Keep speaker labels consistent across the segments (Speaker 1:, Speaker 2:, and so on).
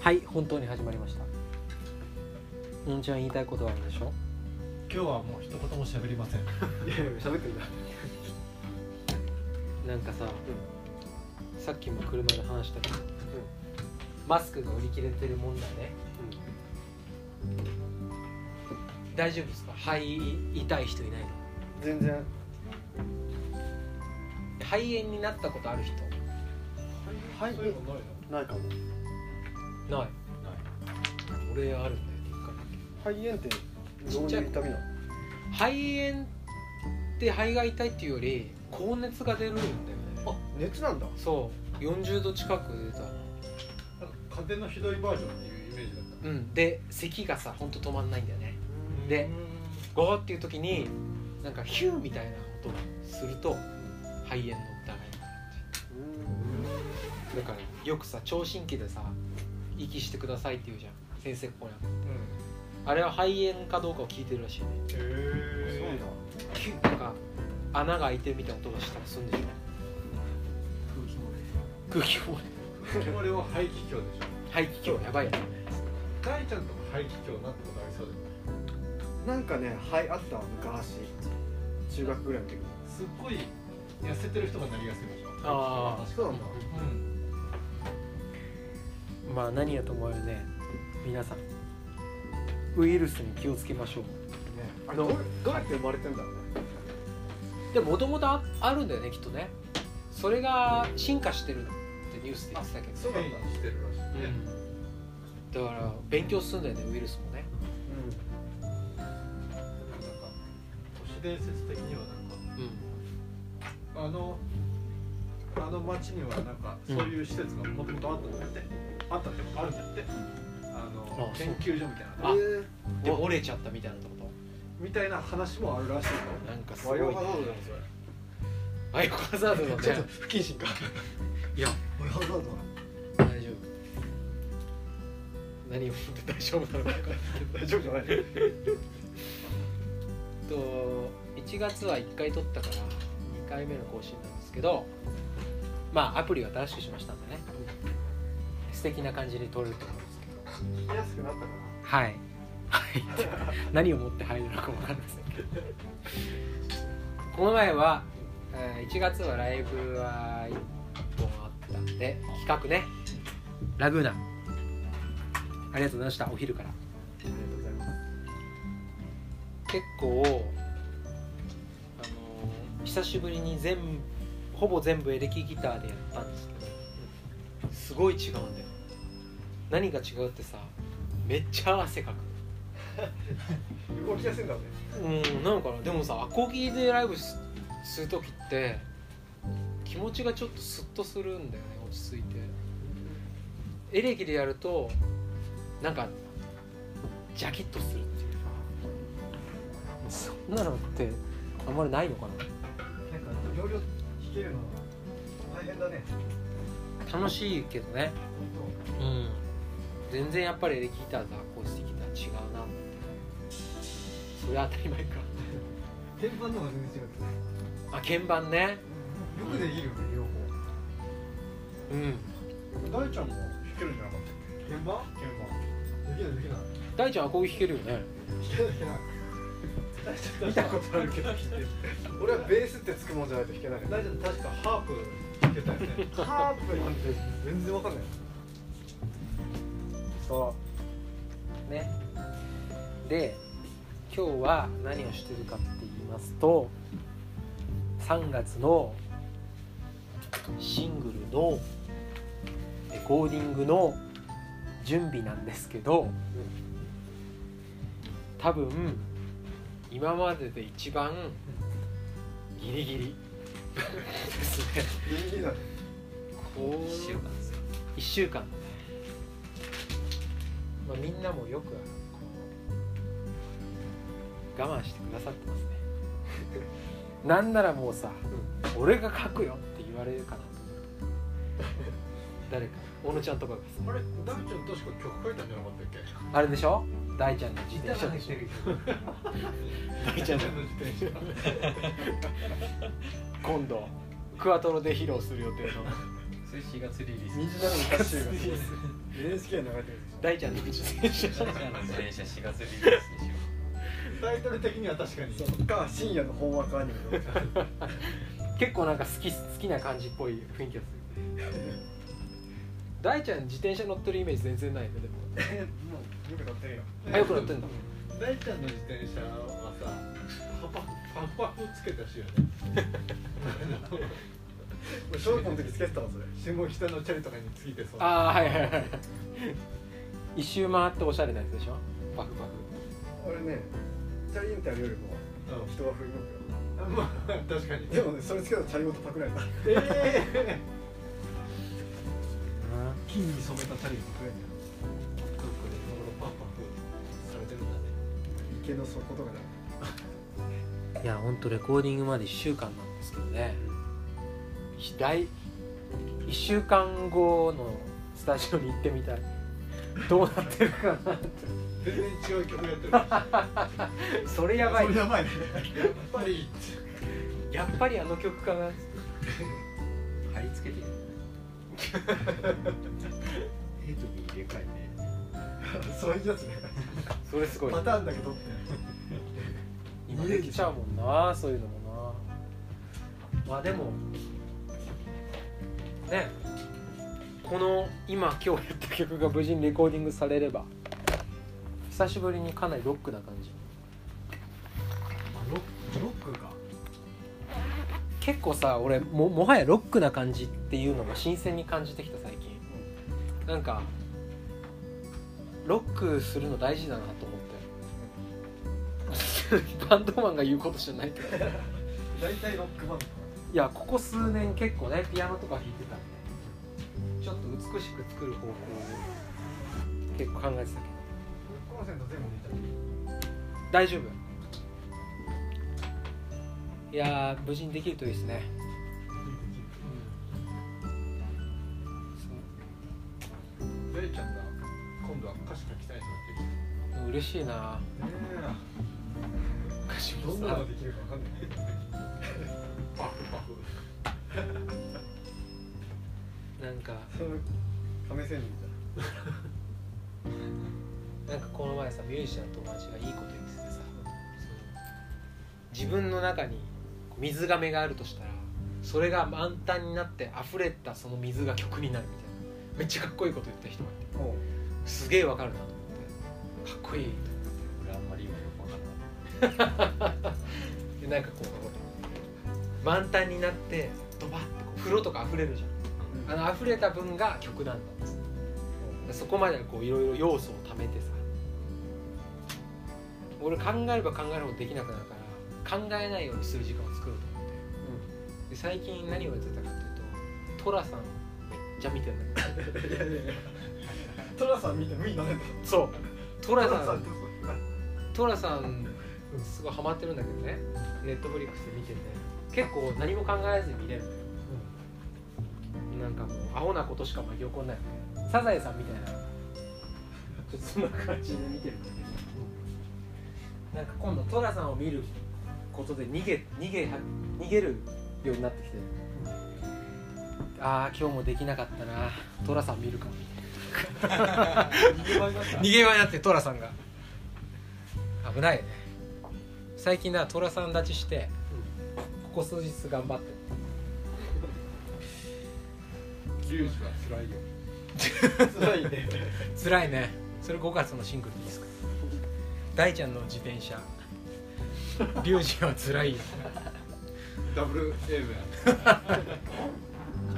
Speaker 1: はい本当に始まりましたのんちゃん言いたいことはあるでしょ
Speaker 2: 今日はもう一言も喋りません
Speaker 3: いやいや喋ってんだ
Speaker 1: なんかさ、さっきも車の話だけど、マスクが売り切れてる問題ね大丈夫ですか肺痛い人いないの
Speaker 3: 全然
Speaker 1: 肺炎になったことある人
Speaker 3: はい
Speaker 2: そういうのない
Speaker 3: ないかも
Speaker 1: ない
Speaker 2: のない
Speaker 1: 俺あるんだよ一回だ
Speaker 3: 肺炎ってどう
Speaker 1: ちっちゃ
Speaker 3: い
Speaker 1: いう
Speaker 3: 痛みなの
Speaker 1: け肺炎って肺が痛いっていうより高熱が出るんだよね
Speaker 3: あ熱なんだ
Speaker 1: そう40度近く出た
Speaker 2: なんか風邪のひどいバージョンっていうイメージだっ
Speaker 1: うんで咳がさほんと止まんないんだよね
Speaker 2: た
Speaker 1: で
Speaker 2: う
Speaker 1: ゴーっていう時になんかヒューみたいな音がすると肺炎の疑いになるっていうだからよくさ聴診器でさ息してくださいって言うじゃん先生ここに
Speaker 2: ーんうん
Speaker 1: あれは肺炎かどうかを聞いてるらしいね
Speaker 2: へえ
Speaker 3: そうだ
Speaker 1: ヒューなんか穴が開いてるみたいな音がしたりするんでしょ
Speaker 3: 空気
Speaker 1: 空気も
Speaker 2: 空気漏れは排気胸でしょ
Speaker 1: 肺気胸やばいよね
Speaker 2: 大ちゃんとか排気胸になったことありそうだよね
Speaker 3: なんかね肺あったわ昔中学ぐらいの時
Speaker 2: すっごい痩せてる人がなりやすいでしょ
Speaker 1: あー
Speaker 2: 確かにうん
Speaker 1: まあ何やと思うよね皆さんウイルスに気をつけましょう
Speaker 3: ねあれどうどうやって生まれてんだろうね
Speaker 1: でもともとあるんだよねきっとねそれが進化してるってニュースで言ってたけど
Speaker 2: そうなんだしてるらしいね
Speaker 1: だから勉強するんだよねウイルスもね
Speaker 2: なんか都市伝説的にはなんか
Speaker 1: うん
Speaker 2: あのあの町にはなんかそういう施設がもともとあったんだって、あったってあるんだってあの
Speaker 1: あそう
Speaker 2: 研究所みたいなのが
Speaker 1: あ
Speaker 3: うんえ
Speaker 1: でも折れちゃったみたいなってこ
Speaker 2: みたいな話もあるらしい
Speaker 1: となんかす
Speaker 3: ー
Speaker 1: ご
Speaker 3: 和
Speaker 1: い
Speaker 3: 洋ハザードじ
Speaker 1: あよくハザード
Speaker 3: ゃんそれ
Speaker 1: だね
Speaker 3: 不謹慎か
Speaker 1: いや
Speaker 3: 和洋ハザード
Speaker 1: 大丈夫何を思って大丈夫なのか分かんないけ
Speaker 3: 大丈夫じゃない
Speaker 1: どと1月は1回取ったから2回目の更新なんですけどまあアプリを新しくしましたんでね素敵な感じに取れると思うんですけど
Speaker 3: 安くなったかな
Speaker 1: はいはいって何を持って入るのか分かんないですけどこの前はえー1月はライブは1本あったんで企画ねラグーナありがとうございましたお昼から
Speaker 3: ありがとうございます
Speaker 1: 結構あのー久しぶりに全ほぼ全部エレキギターでやったんですけどすごい違うんだよ何が違うってさめっちゃ汗かく
Speaker 3: 動きやすいんだね
Speaker 1: うんなんかなでもさアコギでライブすする時って気持ちがちょっとスッとするんだよね落ち着いてエレキでやるとなんかジャキッとするっていうかそんなのってあんまりないのか
Speaker 3: なんかいろいろ弾けるの大変だね
Speaker 1: な楽しいけどねうん全然やっぱりエレキギターとアコースティックギターは違うなってそれは当たり前か
Speaker 3: 鍵盤の方が全然違
Speaker 1: あ鍵盤ね
Speaker 3: うよくできるよね両方
Speaker 1: うん
Speaker 2: 大ちゃんも弾けるんじゃなかった
Speaker 3: 鍵盤
Speaker 2: 鍵盤できないできない
Speaker 1: 大ちゃんアコギ弾けるよね
Speaker 2: できない
Speaker 3: 見たことあるけど弾いてる 俺はベースってつくもんじゃないと弾けないから
Speaker 2: 大ちゃん確かハープ弾けたよね
Speaker 3: ハープなんて全然わかんないそ
Speaker 1: ねで今日は何をしてるかって言いますと3月のシングルのレコーディングの準備なんですけど多分今までで一番ギリギリですね
Speaker 3: うギリギリだね
Speaker 1: こう1週間ですよ1週間だね、まあ、みんなもよくこう我慢してくださってます ねなんならもうさ、俺が書くよって言われるかなと思って 誰か小野ちゃんとかがさ
Speaker 2: あれ大ちゃん確か曲書いたんじゃなかったっけ
Speaker 1: あれでしょ大ちゃんの自転車でしょ 大ちゃんの
Speaker 2: の自転車
Speaker 1: 今度クワトロで披露する予定の
Speaker 4: それ4月リリース
Speaker 3: 水波の歌集がすごい NHK に流れてるんですよ
Speaker 1: 大ちゃんの自転車
Speaker 4: シャシャの自転車4月リリースでし
Speaker 2: タイトル的には確かに
Speaker 3: そっか深夜の本枠アニメ の
Speaker 1: 結構なんか好き好きな感じっぽい雰囲気がする大ちゃん自転車乗ってるイメージ全然ないよでも
Speaker 3: えもうよくなってるよ
Speaker 1: あよく乗ってんだ
Speaker 2: 大ちゃんの自転車はさパンパンパンをつけたしよね
Speaker 3: 俺小学校の時つけてたわそれ
Speaker 2: 下北のチャリとかについてそう
Speaker 1: ああはいはいはい一周回っておしゃれなやつでしょパフパフ
Speaker 3: 俺ねチャリンってあるよりも
Speaker 2: う
Speaker 3: 人は振り向くよ
Speaker 2: んまあ確かに
Speaker 3: でもねそれつけたらチャリごとパクられた
Speaker 2: ええ金に染めたチャリ
Speaker 3: パクられた
Speaker 2: パンパンされてるんだね
Speaker 3: 池の底とかじゃ
Speaker 1: いやほんとレコーディングまで1週間なんですけどね第1週間後のスタジオに行ってみたいどうなってるかなって
Speaker 2: 全然違う曲やってる や
Speaker 1: それやばい
Speaker 3: それやばいね
Speaker 2: っぱり
Speaker 1: やっぱりあの曲かな
Speaker 4: ょ貼り付けて A と B でかいね
Speaker 3: そういうやつね
Speaker 1: それすごい
Speaker 3: パターンだけどって
Speaker 1: 今できちゃうもんなそういうのもなまあでもねこの今今日やった曲が無事にレコーディングされれば久しぶりにかなりロックな感じ
Speaker 3: ロロックか
Speaker 1: 結構さ俺ももはやロックな感じっていうのが新鮮に感じてきた最近なんかロックするの大事だなと思って バンドマンが言うことじゃないけど
Speaker 3: 大体ロックバンド
Speaker 1: いやここ数年結構ねピアノとか弾いてたんでちょっと美しく作る方法を結構考えてたけど
Speaker 2: コンセント全部抜いた
Speaker 1: 大丈夫いやー無事にできるといいですね、
Speaker 2: ベイちゃんが今度は歌詞書きたいと言って
Speaker 1: うん、嬉しいな
Speaker 2: き
Speaker 1: 歌詞
Speaker 2: ど
Speaker 1: も
Speaker 2: ん
Speaker 1: さ
Speaker 2: なのできるかわかんないパフパフ
Speaker 1: なんか
Speaker 3: その亀仙人じ
Speaker 1: な
Speaker 3: ゃん
Speaker 1: んかこの前さミュージシャンの友達がいいこと言っててさ自分の中に水がめがあるとしたらそれが満タンになって溢れたその水が曲になるみたいなめっちゃかっこいいこと言った人がいて
Speaker 3: も
Speaker 1: すげえわかるなと思ってかっこいいと
Speaker 4: 俺あんまり今よくわかんない
Speaker 1: でなんかこう満タンになってドバッてこう風呂とか溢れるじ
Speaker 3: う
Speaker 1: ゃんあの溢れた分が曲なんだっつってでそこまでこういろいろ要素を貯めてさ俺考えれば考えるほどできなくなるから考えないようにする時間を作ろうと思ってで最近何をやってたかっていうと寅さんめっちゃ見てるんだ
Speaker 3: いやいやいや トラさん見て無理なんだよ
Speaker 1: そう寅
Speaker 3: トラ
Speaker 1: さ
Speaker 3: さんっ
Speaker 1: ん
Speaker 3: てそう
Speaker 1: 寅さんすごいハマってるんだけどねネットフリックスで見てて結構何も考えずに見れるのよ、なんかもうアホなことしか巻き起こんないよねサザエさんみたいなちょっとそんな感じで見てるんだけどなんか今度寅さんを見ることで逃げ逃げ逃げるようになってきて、ああ今日もできなかったな寅さん見るかも逃げ場になって寅さんが危ないよね最近な寅さん立ちして、ここ数日頑張って
Speaker 2: リュウジは辛いよ
Speaker 3: 辛いね
Speaker 1: 辛いねそれ5月のシングルですか大ちゃんの自転車リュウジは辛いよ
Speaker 2: ダブル A 面
Speaker 4: カ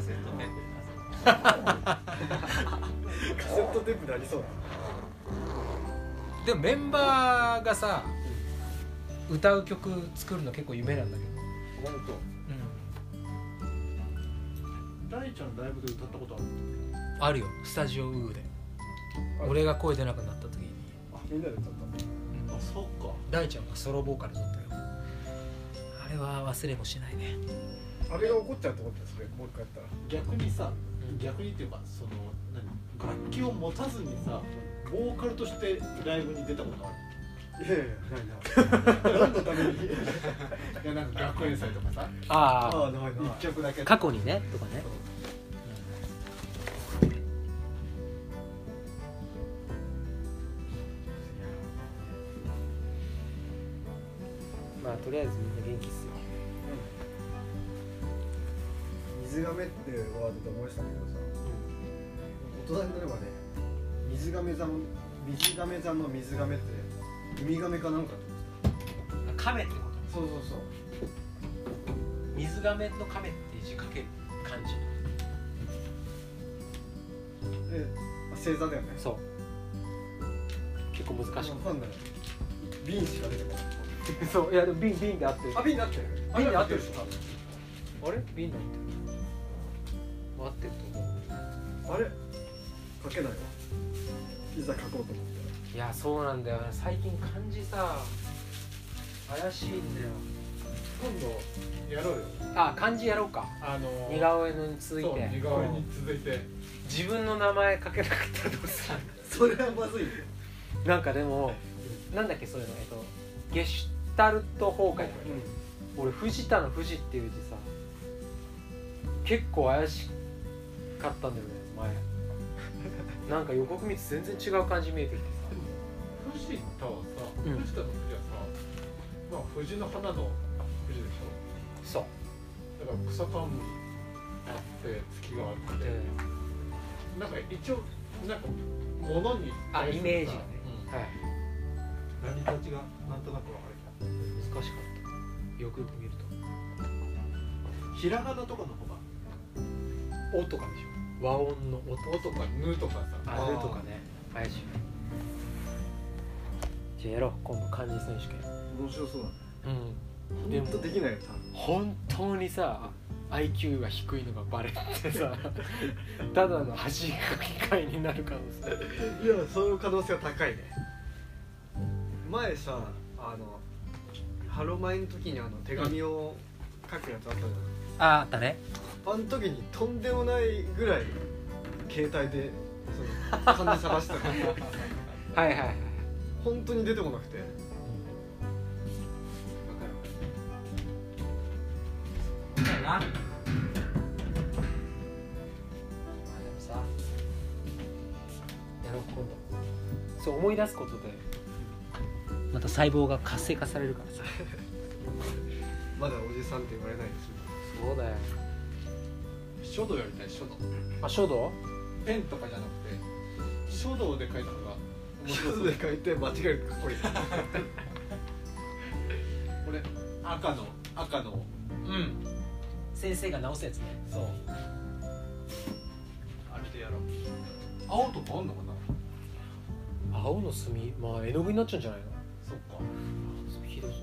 Speaker 4: セットね
Speaker 3: カセットテープでありそう
Speaker 1: でもメンバーがさ歌う曲作るの結構夢なんだけど、
Speaker 2: 本当大ちゃんライブで歌ったことある
Speaker 1: あるよスタジオウーで俺が声出なくなった時に
Speaker 3: あみんなで歌った
Speaker 2: あそっか
Speaker 1: 大ちゃんがソロボーカルだったよあれは忘れもしないね
Speaker 3: あれが起こっちゃうと思ったそれもう一回やったら
Speaker 2: 逆にさ
Speaker 1: うん
Speaker 2: 逆にっていうかその何楽器を持たずにさボーカルとしてライブに出た ことあ
Speaker 3: いやいやないない何のた めに
Speaker 2: るいやなんか学園祭とかさ
Speaker 1: あ
Speaker 3: ああないない
Speaker 2: 一曲だけ
Speaker 1: 過去にねとかね、
Speaker 5: とりあえずみんな元気っすよ
Speaker 3: 水亀ってワードで思い出したんだけどさ大人になればね水亀座の水亀座の水亀ってウミガメかなんかって
Speaker 1: 亀ってこと
Speaker 3: そうそうそう
Speaker 1: 水亀の亀って字かける漢字
Speaker 3: え、まあ、星座だよね
Speaker 1: そう結構難しく
Speaker 3: ファンなら瓶しか出てこない
Speaker 1: て そういやでも瓶瓶で合ってる
Speaker 3: あ瓶になってる
Speaker 1: 瓶に合ってる
Speaker 3: でしょ多分
Speaker 1: あれ瓶で合ってる合ってると思う
Speaker 3: あれ書けないわいざ書こうと思った
Speaker 1: いやそうなんだよね最近漢字さ怪しいんだよ
Speaker 2: 今度やろうよ
Speaker 1: あ漢字やろうか
Speaker 2: あの
Speaker 1: 似顔絵のに続い
Speaker 2: そう似
Speaker 1: て
Speaker 2: 顔絵に続いて
Speaker 1: 自分の名前書けなかったらどうする
Speaker 3: それはまずい
Speaker 1: なんかでもなんだっけそういうのえっとゲシュタルト崩壊だっけ俺藤田の藤っていう字さ結構怪しかったんだよね前なんか予告見て全然違う感じ見えてきて
Speaker 2: 藤田はさ
Speaker 1: うん
Speaker 2: 藤田の藤はさ、まあ藤の花の藤でしょ
Speaker 1: さそう
Speaker 2: だから草冠あって月があって、
Speaker 1: で
Speaker 2: なんか一応なんか物に
Speaker 1: あイメージがね、
Speaker 2: うん
Speaker 1: はい
Speaker 2: 何立ちがなんとなく分かれ
Speaker 1: 難しかったよくよく見る
Speaker 2: たひらがなとかの方が
Speaker 1: と「お」とかでしょ和音の「お」
Speaker 2: 「お」とか「ぬ」とかさ
Speaker 1: 「ある」とかね怪しいじゃあやろう今度漢字選手権
Speaker 3: 面白そうだね
Speaker 1: うんで
Speaker 3: 本
Speaker 1: も
Speaker 3: 当できないよ多分
Speaker 1: 本当にさ IQ が低いのがバレて さただの恥かき会になる可能性
Speaker 3: いやその可能性は高いね前さあのハロマイの時にあの手紙を書くやつあったじゃん
Speaker 1: ああったね
Speaker 3: あの時にとんでもないぐらい携帯でその金探してたから
Speaker 1: はいはいはい
Speaker 3: 本当に出てこなくて
Speaker 4: なまあでもさ
Speaker 1: やろう今度そう思い出すことでまた細胞が活性化されるからさ
Speaker 3: まだおじさんって言われないです
Speaker 1: そうだよ、
Speaker 2: 書道やりたい書道
Speaker 1: まあ、書道
Speaker 2: ペンとかじゃなくて書道で書いたのが
Speaker 3: シューズで書いて間違えるかっこいい
Speaker 2: これ赤の赤の
Speaker 1: うん先生が直すやつね
Speaker 2: そうあれでやろう青とかあんのかな
Speaker 1: 青の墨まあ絵の具になっちゃうんじゃないの
Speaker 2: そっか
Speaker 1: ひどいぞ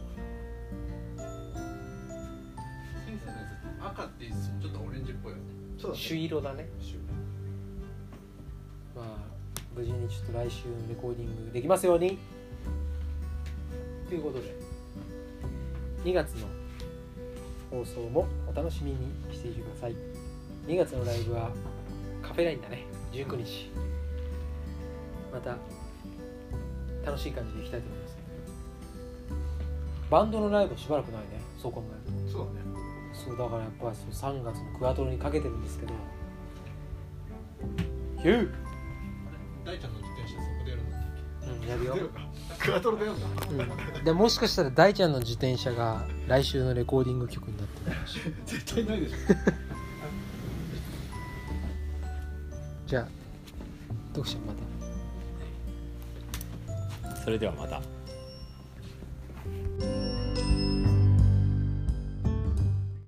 Speaker 2: 先生のやつ赤って言いつつもちょっとオレンジっぽいよね
Speaker 3: そうだね
Speaker 1: 朱色だねまあ無事にちょっと来週のレコーディングできますようにということで2月の放送もお楽しみにしていてください2月のライブはカフェラインだね19日また楽しい感じでいきたいと思いますバンドのライブしばらくないねそう考えると
Speaker 2: そうだね
Speaker 1: そうだからやっぱりそう3月のクアトロにかけてるんですけどヒュ
Speaker 2: 大ちゃんの自転車そこでやるの
Speaker 1: ーうんやるよ
Speaker 2: 出るかクアトロ出るんだ
Speaker 1: うんでもしかしたら大ちゃんの自転車が来週のレコーディング曲になってる
Speaker 2: 絶対ないでしょ
Speaker 1: じゃあ読者また
Speaker 5: それではまた